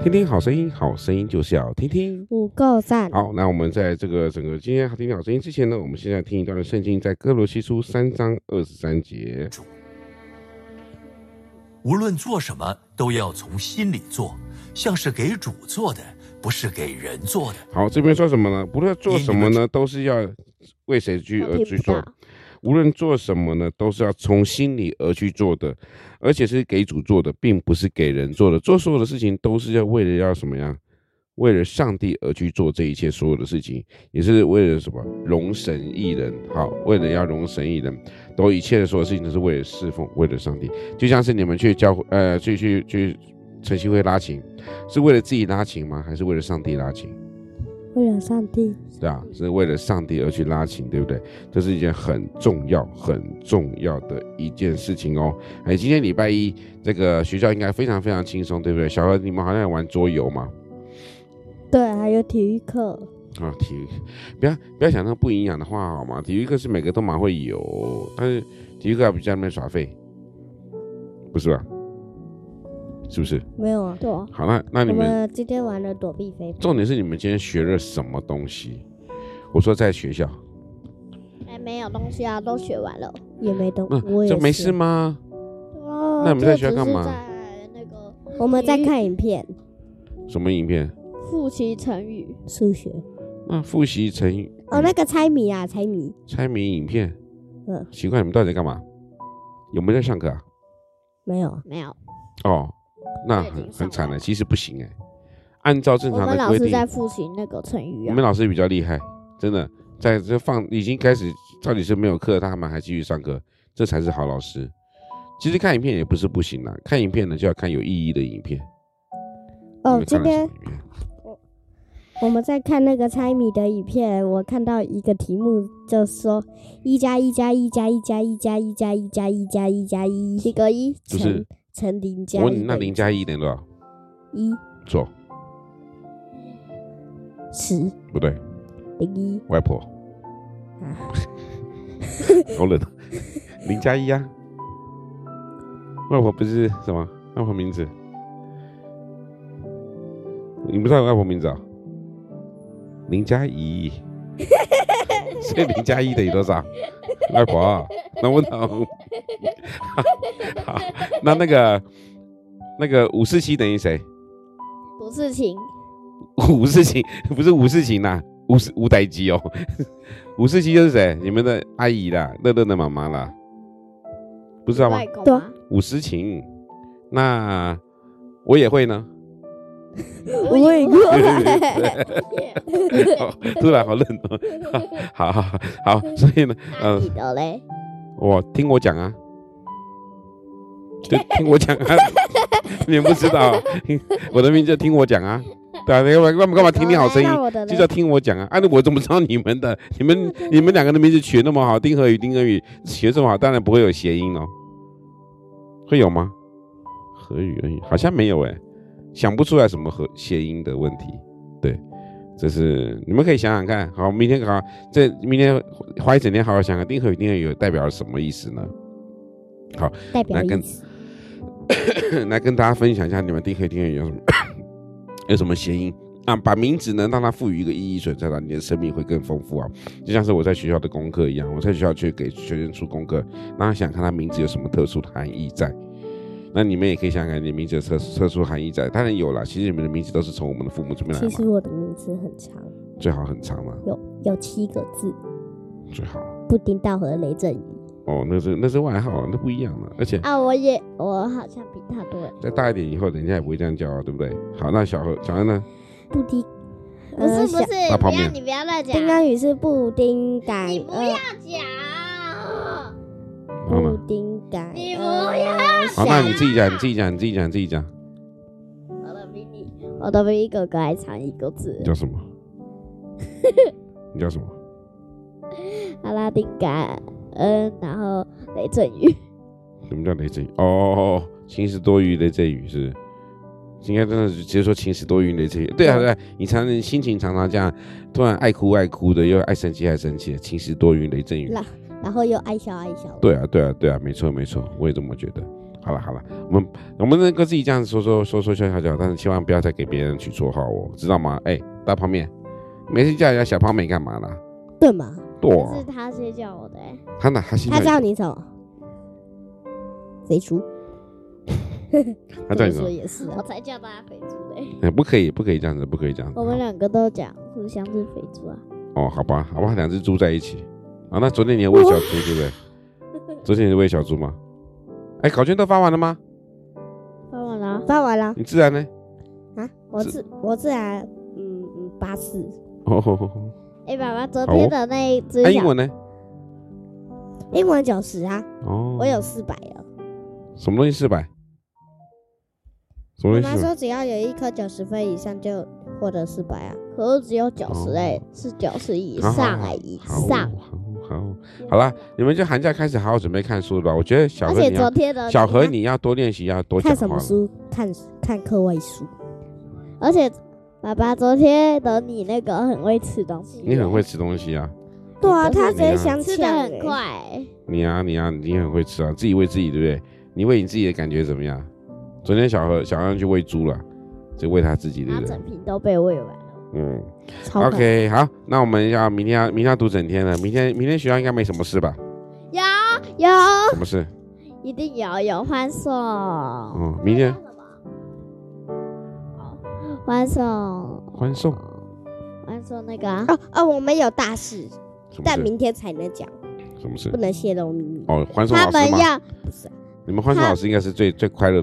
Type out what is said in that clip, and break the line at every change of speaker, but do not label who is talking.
听听好声音，好声音就是要听听。
五够赞，
好，那我们在这个整个今天听听好声音之前呢，我们现在听一段的圣经，在哥罗西书三章二十三节。
无论做什么，都要从心里做，像是给主做的，不是给人做的。
好，这边说什么呢？不论做什么呢，都是要为谁居
我
而居
嗯听不
做。
到。
无论做什么呢，都是要从心里而去做的，而且是给主做的，并不是给人做的。做所有的事情都是要为了要什么呀？为了上帝而去做这一切所有的事情，也是为了什么？容神一人。好，为了要容神一人，都一切的所有事情都是为了侍奉，为了上帝。就像是你们去教会，呃，去去去晨曦会拉琴，是为了自己拉琴吗？还是为了上帝拉琴？
为了上帝，
对啊，是为了上帝而去拉琴，对不对？这是一件很重要、很重要的一件事情哦。哎，今天礼拜一，这个学校应该非常非常轻松，对不对？小何，你们好像有玩桌游嘛？
对，还有体育课，
啊，体育，不要不要想到不营养的话好吗？体育课是每个都蛮会有，但是体育课还不是在那边耍废，不是吧？是不是？
没有啊？对啊。
好，那那你
我
们
们今天玩了躲避飞盘，
重点是你们今天学了什么东西？我说在学校，
哎，没有东西啊，都学完了。
也没动，我
那
也
这
是
嗯没事。吗？
哦
那你们在学
就只
干
是
嘛
在那个
我们在看影片，
什么影片？
复习成语，
数学
那复习成语
哦，那个猜谜啊，猜谜，
猜谜影片，
嗯，
奇怪，你们到底在干嘛？有没有在上课啊？
没有啊，
没有。
哦，那
对已
很
经上
很惨
完
了，
了
其实不行哎、按照正
我
常
们
的
老
规
师
定，
在复习那个成语
你
啊
们。老师比较厉害，真的，在这放已经开始，到底是没有课，他们还继续上课，这才是好老师。其实看影片也不是不行啦，看影片呢就要看有意义的影片。你
哦，
们看
今
了什
天
么影片
我们在看那个猜谜的影片，我看到一个题目，就说一加一加一加一加一加一加一加一加一加一
几个一？
不
乘
是
乘零加
我问
一
你，那
等于
零加一等于多少？
一
错，
十
不对，
零一
外婆，
啊，
好冷啊，零加一啊。外婆不是什么？外婆名字？你不知道外婆名字啊？林佳怡。所以林佳怡等于多少？外婆，能不能？好，那那个那个五四七等于谁？
不是情，
五四七 不是五四七啦，五四五代机哦。 五四七就是谁？你们的阿姨啦，乐乐的妈妈啦，不知道吗
外？公
对
吗
啊？
五十琴，那我也会呢。哦
我也
我
突然好冷哦。好好好好，所以呢，
那
呃
你，的嘞？
我听我讲啊，就听我讲啊，你们不知道啊， 我的名字就听我讲啊。对啊，你干嘛干嘛干嘛 听听
哦
好声音
那？我的
就
嘞
叫听我讲啊！啊，那我怎么知道你们的？ 你们你们两个的名字取得那么好，丁和宇、丁恩宇取得这么好，当然不会有谐音哦。会有吗？和宇、恩宇好像没有哎，想不出来什么和谐音的问题。对，这是你们可以想想看。好，明天好，这明天花一整天好好想啊想，丁和宇、丁恩宇有代表什么意思呢？
代表
那
意
跟
思，
来跟大家分享一下你们丁克丁克有什么有什么谐音啊？把名字呢让它赋予一个意义存在，让你的生命会更丰富啊！就像是我在学校的功课一样，我在学校去给学生出功课，让他想看他名字有什么特殊的含义在。那你们也可以想想看，你名字的特特殊含义在，当然有啦。其实你们的名字都是从我们的父母这边来
其实
嘛，
我的名字很长，
最好很长嘛，
有有七个字，
最好
布丁道和雷震宇。
哦，那是那是外号，那不一样了。而且
啊，我也，我好像比他多。
再大一点以后，人家也不会这样叫啊，对不对？好，那小何小何呢？
布丁，
不是不是，
大泡
不要
面
你不要再讲，
呃丁安宇是布丁改
你不
呃
要讲，
然后
布
呢？
丁改
你不
呃
要。
好，那你自己讲，你自己讲，你自己讲，你自己讲。
我的比你，我的比哥哥还长一个字
你。叫什么？ 你叫什么？
阿拉丁感恩，然后雷震宇，
什么叫雷阵雨？哦哦哦，晴时多云雷阵雨是不是，应该真的是直接说晴时多云雷阵雨。对啊对啊，你常常心情常常这样，突然爱哭爱哭的，又爱生气爱生气的，晴时多云雷阵雨。
然后又爱笑爱笑。
对啊对啊对啊，没错没错，我也这么觉得。好了好了，我们我们能够自己这样说说说说笑笑笑，但是千万不要再给别人去绰号哦，知道吗？哎，大泡面，每次叫人家小泡面干嘛啦？
对嘛？
对
可
啊，
是他先叫我的、欸，
他哪他心
他叫
里，
你什么？肥猪？
他叫你
这
什
么说
么？
也是
我
啊。
才叫他肥猪嘞、
哎，不可以不可以这样子，不可以这样子。啊
我们两个都讲互相是肥猪啊，
哦，好吧，好吧，两只猪在一起。啊，那昨天你也喂小 猪对不对？昨天你喂小猪吗？哎，考卷都发完了吗？
发完了，啊
发完了
你自然呢？
啊！我自我自然嗯嗯八四，
哦，吼吼吼
哎、爸爸，昨
好哦
天的那一只
哎，
小
英文呢？
英文九十啊，
哦，
我有四百了。
什么东西四百？什么
我
东
妈
西四百？
说只要有一科九十分以上就获得四百啊。
可是只有九十
哦啊
哎，是九十以
好好
上
好
哎，以
好
上。
好好好啦，你们就寒假开始好好准备看书吧。我觉得小
而
何
且
你
昨
要
天的
小何，你要多练习，要多讲
看什
话
么
了。
书？看看课外书。
而且爸爸昨天的你那个很会吃东西，
你很会吃东西啊，
对啊，
就是
他直接
你啊
想
吃
起
的
来
很快、欸。
你啊你啊，你很会吃啊，自己喂自己对不对？你喂你自己的感觉怎么样？昨天小何小安去喂猪了，就喂他自己对
欸然
不对
后整？瓶都被喂完了。
嗯
超快。
，OK，好，那我们要明天要明天要读整天了，明天明天学校应该没什么事吧？
有，
什么事？
一定有有欢送，哦
嗯，明天
欢送，
欢送
欢送那个啊、
哦哦，我们有大事，
什么
但
事？
明天才能讲，
什么
不
事？
能泄露秘密。
哦，欢送
他
老师
们
吗？
要
不是啊，
你们欢送
他
老师应该是最最快乐的。